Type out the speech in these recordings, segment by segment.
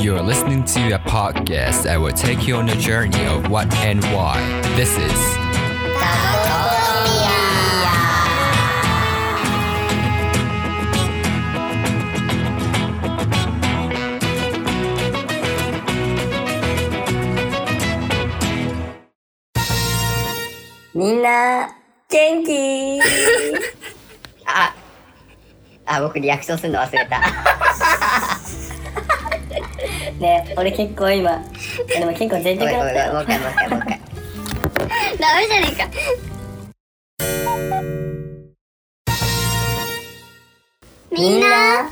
You're listening to a podcast that will take you on a journey of what and why. This is みんな、元気あ、あ、僕リアクションするの忘れた。 ね俺結構今、でも結構全ごめ力んごだめっんごためんよ。もう一回もう一回もう一 回。ダメじゃねえか。みんな、元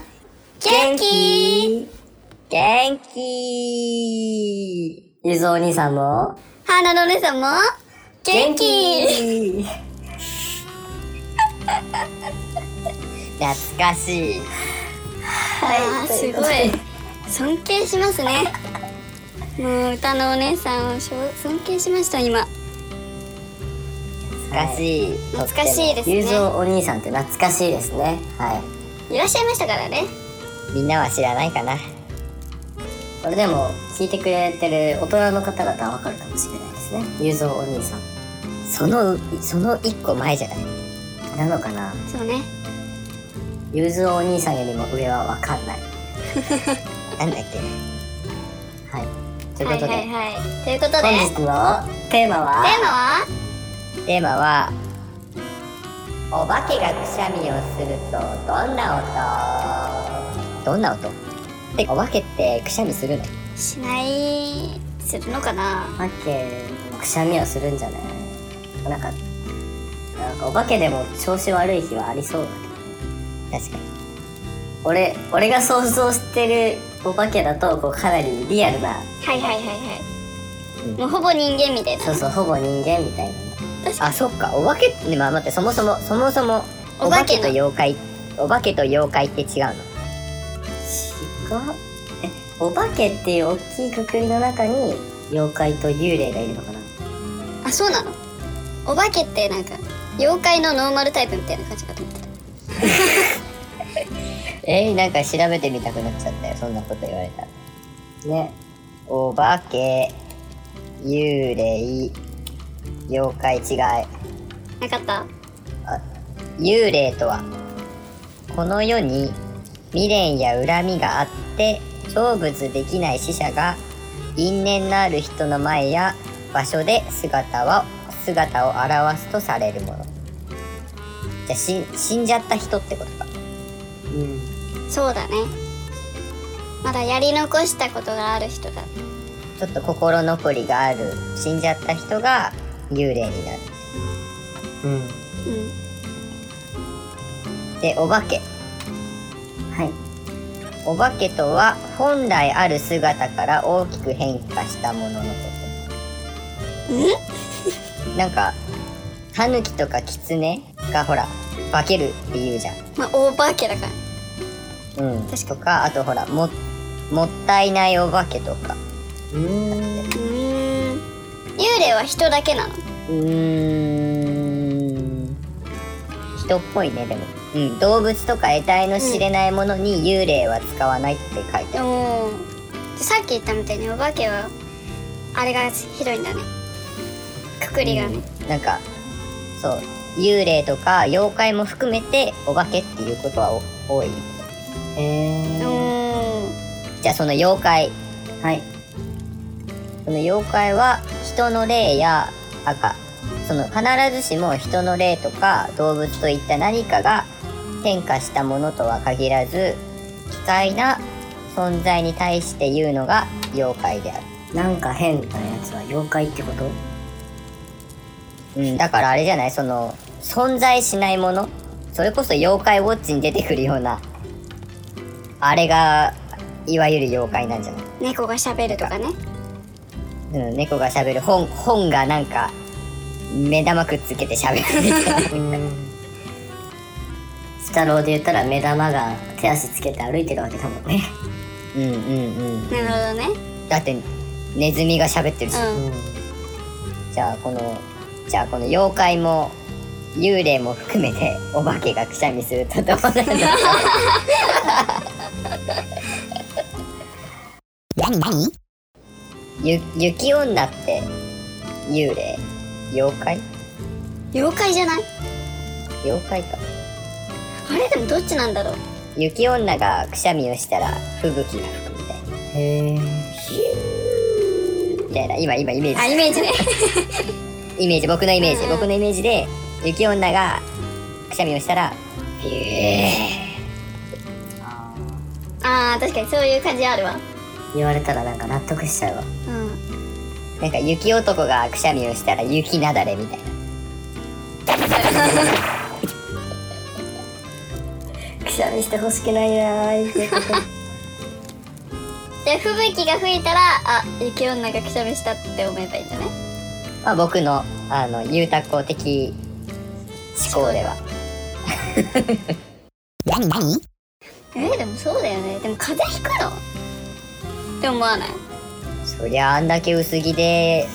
気元気ゆずお兄さんも花のお姉さんも、元気懐かしい。あーすごい。尊敬しますね。もう歌のお姉さんをしょ尊敬しました、今。懐かしい。懐かしいですゆね。ずお兄さんって懐かしいですね。はい。いらっしゃいましたからね。みんなは知らないかな。これでも、聞いてくれてる大人の方々はわかるかもしれないですね。ゆずお兄さん。そのその一個前じゃない。なのかなそうね。ゆずお兄さんよりも上はわかんない。 なんだっけ。はい。というはこいとはで、いはい。ということで、テ本日のテーマはーマは、テーマはお化けがくしゃみをするとどんな音？どんな音？え、お化けってくしゃみするの？しない、するのかなお化けもくしゃみをするんじゃないなんかなんかお化けでも調子悪い日はありそうだけど確かに。俺俺が想像してるお化けだとこうかなりリアルなはいはいはいはい、うんもうほぼ人間みたいなそうそうほぼ人間みたいなあ、そっか。お化けってまあ待ってそもそもそもそもおお化化けけのと妖怪お化けと妖怪って違うの？違うえお化けっていう大きいくくりの中に妖怪と幽霊がいるのかなあそうなのお化けってなんか妖怪のノーマルタイプみたいな感じかと思ってたえー、なんか調べてみたくなっちゃったよそんなこと言われたらねお化け幽霊妖怪違いなかった幽霊とはこの世に未練や恨みがあって成仏できない死者が因縁のある人の前や場所で姿は姿を表すとされるものじゃあし死んじゃった人ってことかうんそうだねまだやり残したことがある人だちょっと心残りがある死んじゃった人が幽霊になるうんうんでお化けはいお化けとは本来ある姿から大きく変化したもののことなんかタヌキとかキツネがほら化けるって言うじゃんまあお化けだからうん確かかあとほらももったいないお化けとかうーんうーん幽霊は人だけなのうーん人っぽいねでも、うん、動物とか得体の知れないものに幽霊は使わないって書いてあるでもでさっき言ったみたいにお化けはあれがひどいんだねくくりがね、なんかそう幽霊とか妖怪も含めてお化けっていうことはお多いえうー、ーんじゃあその妖怪はいその妖怪は人の霊や赤その必ずしも人の霊とか動物といった何かが変化したものとは限らず機械な存在に対して言うのが妖怪である、なんか変なやつは妖怪ってことうん、だからあれじゃないその存在しないものそれこそ妖怪ウォッチに出てくるようなあれがいわゆる妖怪なんじゃない猫が喋るとかねうん、猫が喋る本本がなんか目玉くっつけて喋るみたいなスタローで言ったら目玉が手足つけて歩いてるわけだもんね。うんうんうんなるほどねだってネズミが喋ってるし、うんじゃあこのじゃあこの妖怪も幽霊も含めてお化けがくしゃみするとどうなるのか 何何ゆ雪女って幽霊妖怪妖怪じゃない妖怪かあれでもどっちなんだろう雪女がくしゃみをしたら吹雪が吹くみたいなへえみたいな今今イメーあジイメージね イメージ僕のイメージうん僕のイメージで雪女がくしゃみをしたらピュあー確かにそういう感じあるわ言われたらなんか納得しちゃうわうんーなんか雪男がくしゃみをしたら雪なだれみたいな くしゃみしてほしくないなーってことで吹雪が吹いたらあ雪女がくしゃみしたって思えばいいんだね まあ僕のあのゆうたこ的思考では何何えー、でもそうだよねでも風邪ひくのって思わないそりゃあんだけ薄着で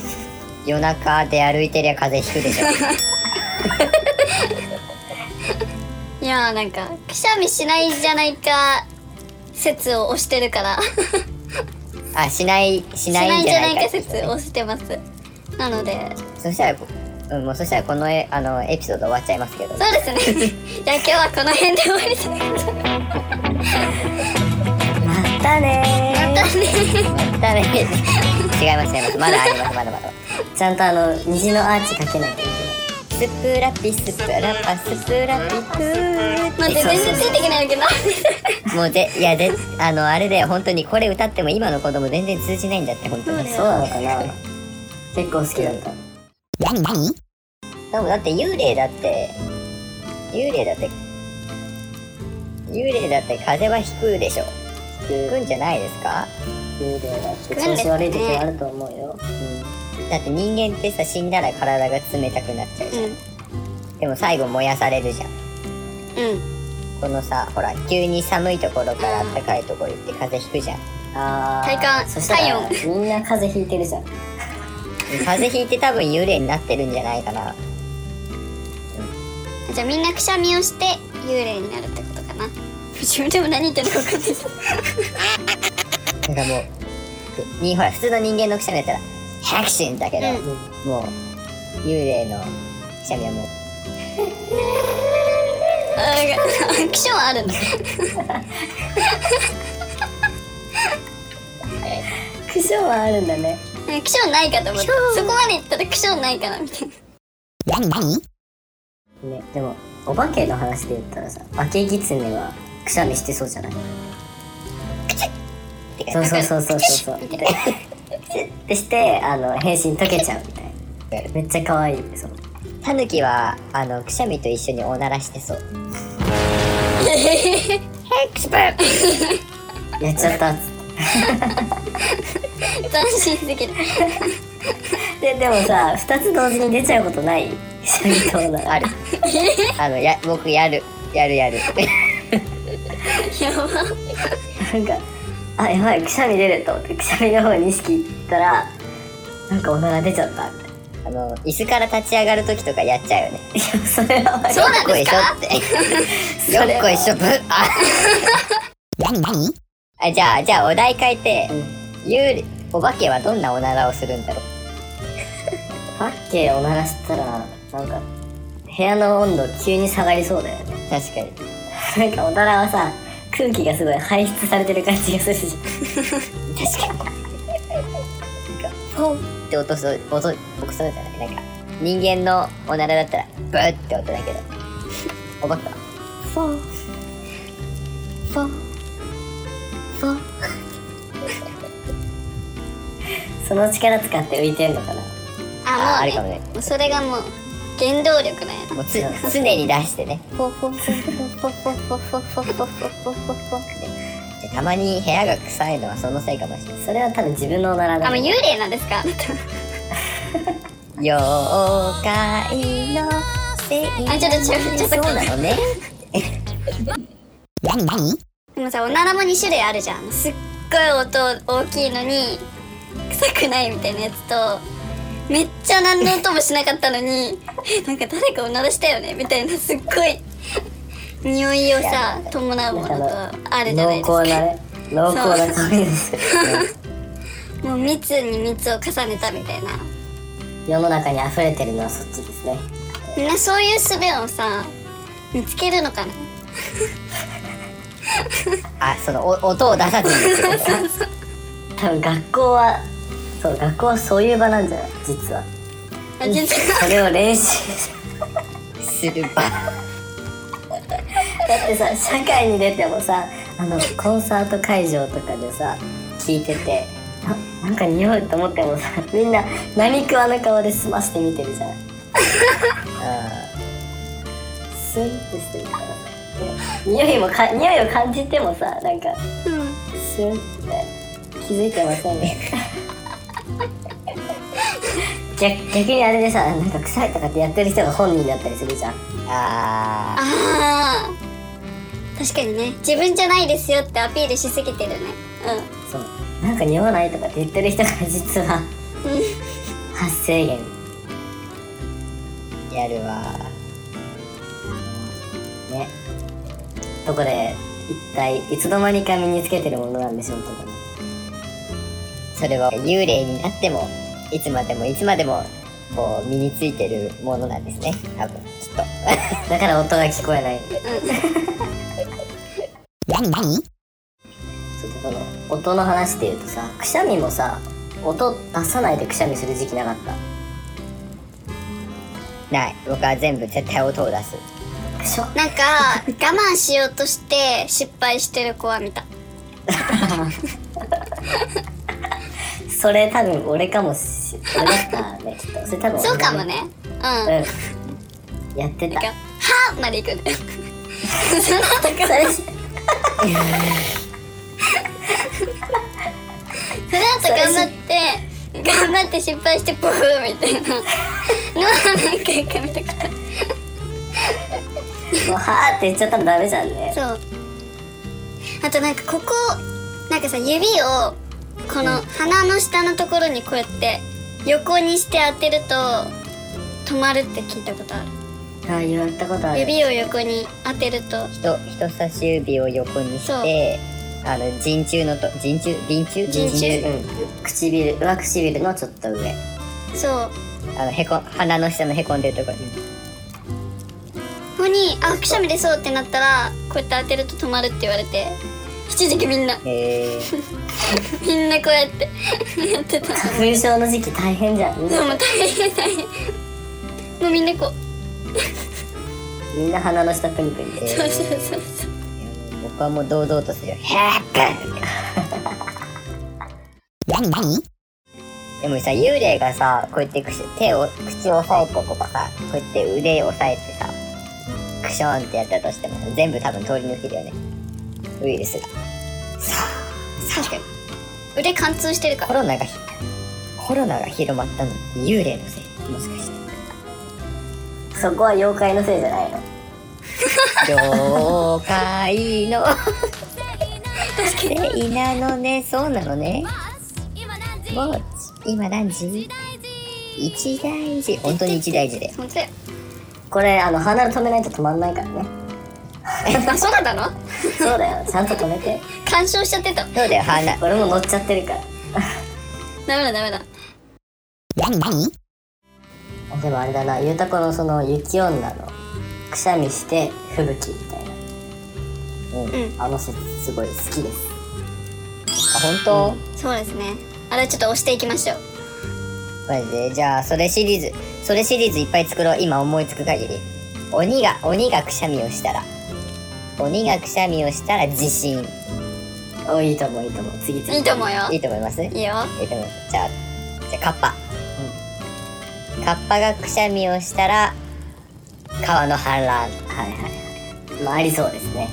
夜中で歩いてりゃ風邪ひくでしょいやーなんかくしゃみしないじゃないか説を押してるから あしないししないんじゃないかって説ことねを押してますなのでそしたらこ、うん、もうそしたらこのえあのエピソード終わっちゃいますけどそうです ねじゃあ今日はこの辺で終わりたいと思いまたねー ますダメ違います違いますまだありますまだまだちゃんとあの虹のアーチかけないといけないスプラピスプラパスプラピプー待って全然ついていけないんだけ どもうぜいやであのあれだよ本当にこれ歌っても今の子供全然通じないんだって本当にそうなのかな結構好きだった何何でもだって幽霊だって幽霊だって幽霊だって風は引くでしょ引くんじゃないですか幽霊だって調子悪い時はあると思うよ、だって人間ってさ死んだら体が冷たくなっちゃうじゃん、でも最後燃やされるじゃんうんこのさほら急に寒いところから暖かいところ行って風邪ひくじゃんあー体感そしたら体みんな風邪ひいてるじゃん 風邪ひいて多分幽霊になってるんじゃないかなじゃあみんなくしゃみをして幽霊になるってことかな自分でも何言ってるのか分 かんないですなんかもうでにほら普通の人間のくしゃみだったら「ハクシン」だけど、うんもう幽霊のくしゃみはもうあなんかアクションあるんだ苦情はあるんだねアクションないかと思ってそこまでいったらクションないかなみたいな何何ねでもお化けの話で言ったらさ化け狐はくしゃみしてそうじゃないてそかうそうそうそうそうそうででしてあの変身溶けちゃうみたいなめっちゃ可愛いそうタヌキはあのくしゃみと一緒におならしてそうやっちゃった 斬新すぎるででもさ2つ同時に出ちゃうことないくしゃみとおなら あるあのや僕やるやるやるやばなんか、あ、やばい、くしゃみ出ると思って、くしゃみの方に意識いったら、なんかおなら出ちゃったみたいな。あの椅子から立ち上がる時とかやっちゃうよねいや、 それは悪いそうなんですかよっこいし ょってよっこいしょぶあ何何あじゃあじゃあお題変えて、うん幽霊お化けはどんなおならをするんだろ うパッケーおならしたら、なんか、部屋の温度急に下がりそうだよね。確かになんかおならはさ、空気がすごい排出されてる感じがするじポンって落とす落と僕そうじゃないなんか人間のおならだったらブーって音だけどお化けはフォーフォーフォーゃん。その力使って浮いてんのかな。あああもうるねかもねもうそれがもう原動力だよもうつ常に出してねフォーフォーフォーフォーフォーフォーフォーフォーフォーフォーフォーフォーってでたまに部屋が臭いのはそのせいかもしれそれは多分自分のおならあだ、もう幽ね。霊なんですかあなたない妖怪のせいあちょっとちょっとちょっとそうなのね何何でもさおならも2種類あるじゃんすっごい音大きいのに臭くないみたいなやつとめっちゃ何の音もしなかったのに えなんか誰かおならしたよねみたいなすっごい匂いをさ伴うものとあるじゃないです濃厚なかね。濃厚な香りです。もう密に密を重ねたみたいな世の中に溢れてるのはそっちですねみんなそういう術をさ見つけるのかなあそのお音を出さずに ってことですか多分学校はそう学校はそういう場なんじゃない実はあ実はそれを練習するする場だってさ社会に出てもさあのコンサート会場とかでさ聞いててななんか匂いと思ってもさみんな何食わぬ顔で済まして見てるじゃんスンってしてるからさで匂いもか匂いを感じてもさなんかうんスンって気づいてませんね 逆逆にあれでさなんか臭いとかってやってる人が本人だったりするじゃんあーあー確かにね自分じゃないですよってアピールしすぎてるねそうなんか匂わないとかって言ってる人が実は発生源やるわねとこで一体いつの間にか身につけてるものなんでしょうけどねそれは幽霊になってもいつまでもいつまでもこう身についてるものなんですね多分きっと だから音が聞こえない何何ちょっとこの音の話で言うとさくしゃみもさ音出さないでくしゃみする時期なかったない僕は全部絶対音を出すくしょうんなんか我慢しようとして失敗してる子は見たそれ多分俺かもし俺だったねきっとそれ多分俺そうかもねうんなんかうんやって「たは」までいくねその後かそれその後頑張って頑張って失敗してポフみたいなのを何回か見たことあるもうはーって言っちゃったらダメじゃんねそうあとなんかここなんかさ指をこの鼻の下のところにこうやって横にして当てると止まるって聞いたことあるああ言われたことある指を横に当てると人人差し指を横にそうしてあの陣中のと陣中輪中陣中うん唇上唇のちょっと上そうあのへこ鼻の下のへこんでるところにここにあくしゃみ出そうってなったらこうやって当てると止まるって言われて一時期みんなへーみんなこうやってやってた花粉症の時期大変じゃんでもう大変大変もうみんなこみんな鼻の下プンプンうでそうそうそうそう僕はもう堂々とするよ何何でもさ幽霊がさこうやって口手を口を押さえてここさこうやって腕を押さえてさクションってやったとしても全部多分通り抜けるよねウイルスがさあ確かに腕貫通してるかコらロナがひコロナが広まったのって幽霊のせいもしかしてそこは妖怪のせいじゃないの妖怪 のせいなのねそうなのねもう今何時一大事本当に一大事で本当だよこれあの鼻止めないと止まんないからねあそうだったのそうだよちゃんと止めて干渉しちゃってたそうだよ花俺も乗っちゃってるからダメだダメだ何何でもあれだなゆうたこのその雪女のくしゃみして吹雪みたいうんなあの説すごい好きですあ本当、そうですねあれはちょっと押していきましょうマジでじゃあそれシリーズそれシリーズいっぱい作ろう今思いつく限り鬼が鬼がくしゃみをしたら鬼がくしゃみをしたら地震おいいと思ういいと思う次次いいと思うよいいと思いますいいいいよと思いますじゃあじゃあカッパ、カッパがくしゃみをしたら川の氾濫はいはいはいまあありそうですね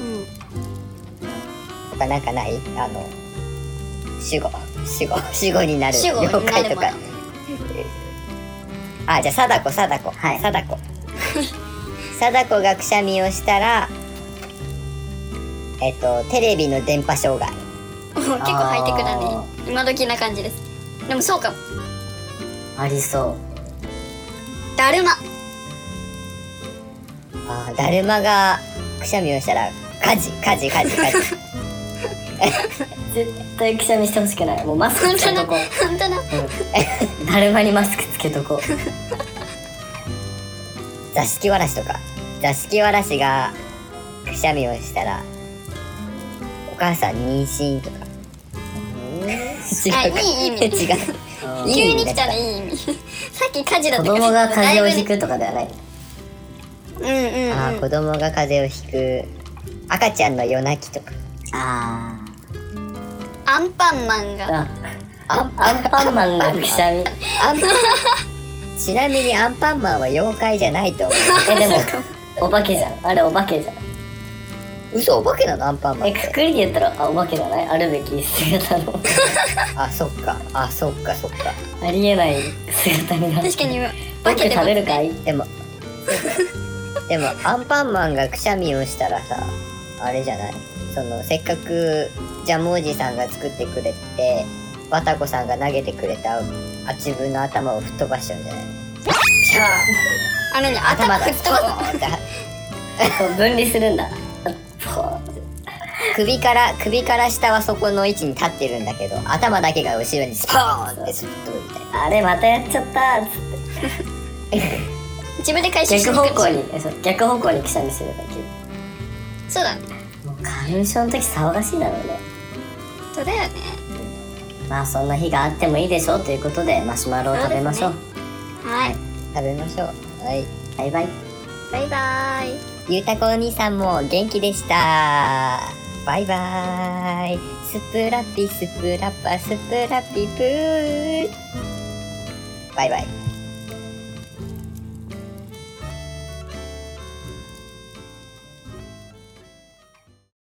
うんとかなんかないあの主語主語 主語になる主語になる妖怪とかものあじゃあ貞子貞子はい貞子 貞子がくしゃみをしたらえっとテレビの電波障害お結構ハイテクだね今時な感じですでもそうかもありそだるまあーだるまがくしゃみをしたら火事火事火事火事 う絶対くしゃみしてほしくないもうマスク本つけ当とだこ本当うだうんだるまにマスクつけとこう座敷わらしとか座敷わらしがくしゃみをしたらお母さん妊娠とかあ違うかいい意味違ういい急意に味だ来たっらいい意 味さっき火事だった子から供が風邪をひだいくとかではないぶねうんうんたあうんー子供が風邪をひく赤ちゃんの夜泣きとかあアンパンマン ーがあアンアンパンマンがくしゃみあんちなみにアンパンマンは妖怪じゃないと思えでもお化けじゃんあれお化けじゃんう嘘お化けなのアンパンマンえっくてくりで言ったらあお化けじゃないあるべき姿の あそっかあそっかそっかありえない姿になる確かに化化けけて食ますべるかいでもでもアンパンマンがくしゃみをしたらさあれじゃないそのせっかくジャムおじさんが作ってくれてバタコさんが投げてくれたあ自分の頭を吹っ飛ばしちゃうんじゃないじゃああれに頭頭が吹っ飛ばすポーンってこう分離するんだあこ首から首から下はそこの位置に立ってるんだけど頭だけが後ろにスポーンってすっとみたいなうあれまたやっちゃったっつって自分で回収して逆いく方向にえそう逆方向にくしゃみするだけそうだねもう花粉症の時騒がしいだろうねそうだよねまあそんな日があってもいいでしょうということでマシュマロを食べましょうそうはい食べましょうはいバイバイバイバーイゆうたこお兄さんも元気でしたバイバーイスプラッピスプラッパスプラッピプーバイバイ